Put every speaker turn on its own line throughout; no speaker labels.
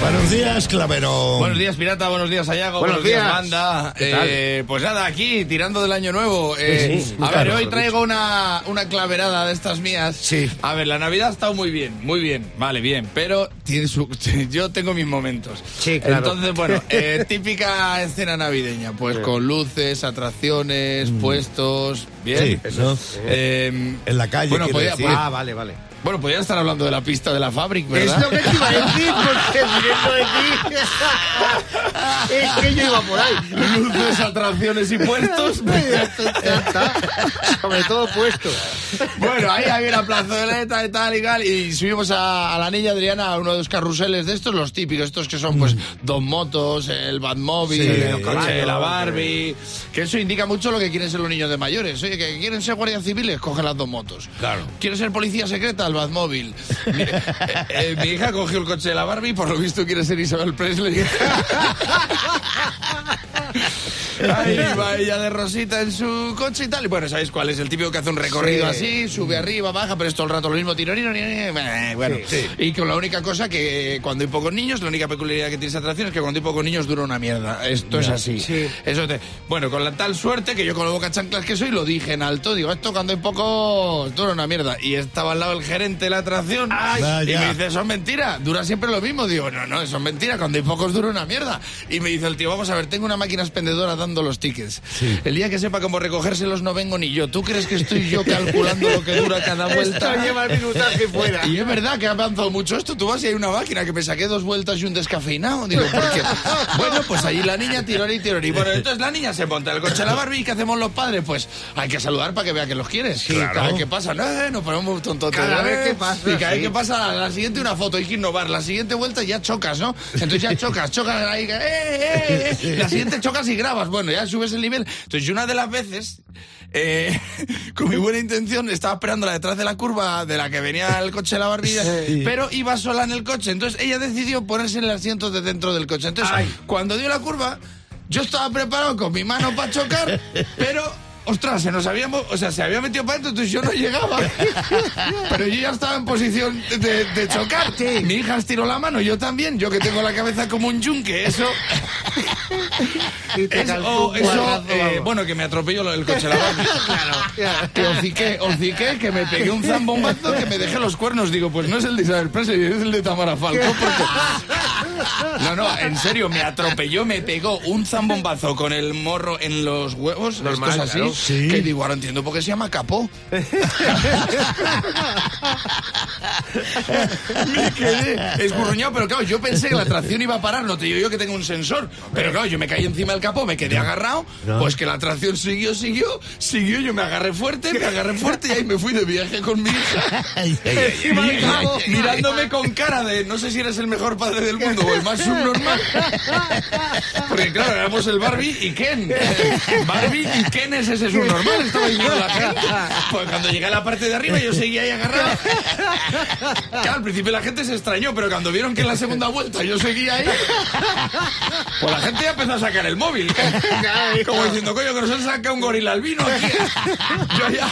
Buenos días, Clavero.
Buenos días, Pirata. Buenos días, Ayago.
Buenos días.
Manda.
¿Qué tal?
pues nada, aquí, tirando del año nuevo. Eh,
sí,
a
claro.
ver, hoy traigo una, una claverada de estas mías.
Sí.
A ver, la Navidad ha estado muy bien, muy bien. Vale, bien. Pero tiene su, yo tengo mis momentos.
Sí, claro.
Entonces, bueno, eh, típica escena navideña. Pues con luces, atracciones,
Mm.
puestos. Bien.
Sí, ¿no?
Eh,
En la calle,
Bueno,
quiero
podía,
decir.
podía-
Ah, vale, vale.
bueno, podía estar hablando de la pista de la Fabric, ¿verdad?
Es lo que te iba a decir, porque viniendo de ti. es que yo iba por ahí.
Luces, atracciones y puestos.
Ya está. Sobre todo puesto.
Bueno, ahí había una plazoleta y tal y tal. Y subimos a, a la niña Adriana a uno de los carruseles de estos, los típicos, estos que son pues dos motos, el Batmóvil,
Sí,
el
los
coche,
caballos,
la Barbie. Que eso indica mucho lo que quieren ser los niños de mayores. Oye, que quieren ser guardias civiles, cogen las dos motos.
Claro.
Quieren ser policía secreta, el Batmóvil. Mi, eh, eh, mi hija cogió el coche de la Barbie y por lo visto quiere ser Isabel Presley. Ahí va ella de Rosita en su coche y tal. Y bueno, ¿sabéis cuál es? El típico que hace un recorrido
Sí.
así, sube arriba, baja, pero es todo el rato lo mismo. Tiro, tiro, tiro, tiro, eh, bueno,
Sí.
y con la única cosa que cuando hay pocos niños, la única peculiaridad que tiene esa atracción es que cuando hay pocos niños dura una mierda. Esto es así.
Sí.
Eso te- Bueno, con la tal suerte que yo con la boca chanclas que soy lo dije en alto. Digo, esto cuando hay pocos dura una mierda. Y estaba al lado el gerente de la atracción. y
Vaya.
me dice, eso es mentira. Dura siempre lo mismo. Digo, no, no, eso es mentira. Cuando hay pocos dura una mierda. Y me dice el tío, vamos a ver, tengo una máquina expendedora dando los tickets. El día que sepa cómo recogérselos no vengo ni yo. ¿Tú crees que estoy yo calculando lo que dura cada vuelta?
Esto lleva el minutaje fuera.
Y es verdad que ha avanzado mucho esto. Tú vas y hay una máquina que me saqué dos vueltas y un descafeinado. Digo, ¿por qué? Bueno, pues allí la niña tiró y tiró. Y bueno, entonces la niña se monta en el coche de la Barbie. ¿Y qué hacemos los padres? Pues hay que saludar para que vea que los quieres. Cada vez que pasa, no, eh, nos ponemos tontotes.
Cada
eh.
vez que pasa,
Y cada vez
sí.
que pasa, la siguiente una foto, hay que innovar. La siguiente vuelta ya chocas, ¿no? Entonces ya chocas, chocas ahí. ¡eh, eh, eh! La siguiente chocas y grabas. Bueno, ya subes el nivel. Entonces yo una de las veces... eh, con mi buena intención estaba esperándola detrás de la curva de la que venía el coche de la barbilla, pero iba sola en el coche. Entonces ella decidió ponerse en el asiento de dentro del coche. Entonces, cuando dio la curva, yo estaba preparado con mi mano para chocar, pero. Ostras, se nos habíamos, o sea, se había metido para adentro, entonces yo no llegaba. Pero yo ya estaba en posición de, de chocar. Mi hija estiró la mano, yo también, yo que tengo la cabeza como un yunque, eso.
Y te
es-
calzó
o
un
eso
guardazo,
eh,
vamos.
bueno, que me atropelló lo del coche, la Barbie.
Ya.
Que hociqué, hociqué, que me pegué un zambombazo que me dejé los cuernos. Digo, pues no es el de Isabel Presley, es el de Tamara Falcó. porque- No, no, en serio, me atropelló, me pegó un zambombazo con el morro en los huevos,
Normal,
estos así.
claro.
Sí.
Que digo, ahora entiendo por qué se llama capó. me quedé escurruñado, pero claro, yo pensé que la atracción iba a parar. No te digo yo que tengo un sensor, pero claro, yo me caí encima del capó, me quedé agarrado.
No.
Pues que la atracción siguió, siguió, siguió. Yo me agarré fuerte, me agarré fuerte y ahí me fui de viaje con mi hija.
Ay, ay, ay.
Mi hija mirándome con cara de no sé si eres el mejor padre del mundo o el más subnormal. Porque claro, éramos el Barbie y Ken. Barbie y Ken es ese subnormal, estaba diciendo la gente. Pues cuando llegué a la parte de arriba yo seguía ahí agarrado. Claro, al principio la gente se extrañó, pero cuando vieron que en la segunda vuelta yo seguía ahí, pues la gente ya empezó a sacar el móvil. Como diciendo, coño, que nos han sacado un gorila albino aquí. Yo ya,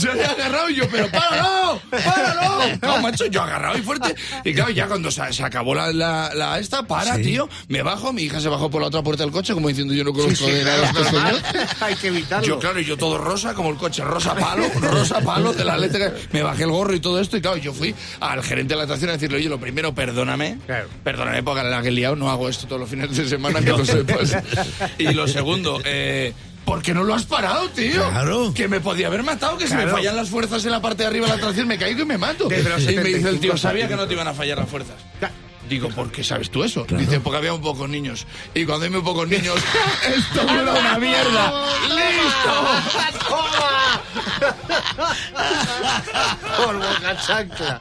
yo ya he agarrado y yo, pero páralo, páralo. No, macho, yo agarrado y fuerte. Y claro, ya cuando se, se acabó la, la, la esta, para, tío, me bajo, mi hija se bajó por la otra puerta del coche, como diciendo, yo no conozco de nada a este señor.
Hay que evitarlo.
Yo, claro, y yo todo rosa, como el coche, rosa palo, rosa palo de la letra. Me bajé el gorro y todo esto, y claro, yo fui al gerente de la atracción a decirle, oye, lo primero, perdóname.
Claro.
Perdóname porque la que he liado no hago esto todos los fines de semana, que lo sepas. Y lo segundo, eh. ¿Por qué no lo has parado, tío?
Claro.
Que me podía haber matado, que si me
Claro.
fallan las fuerzas en la parte de arriba de la atracción, me caigo y me mato.
Desde los
y me dice el
75
tío, sabía que no te iban a fallar las fuerzas. Digo, ¿por qué sabes tú eso? Dice, porque había muy pocos niños. Y cuando hay muy pocos niños, ¡Ah, esto era una mierda. ¡Listo!
Por boca chancla.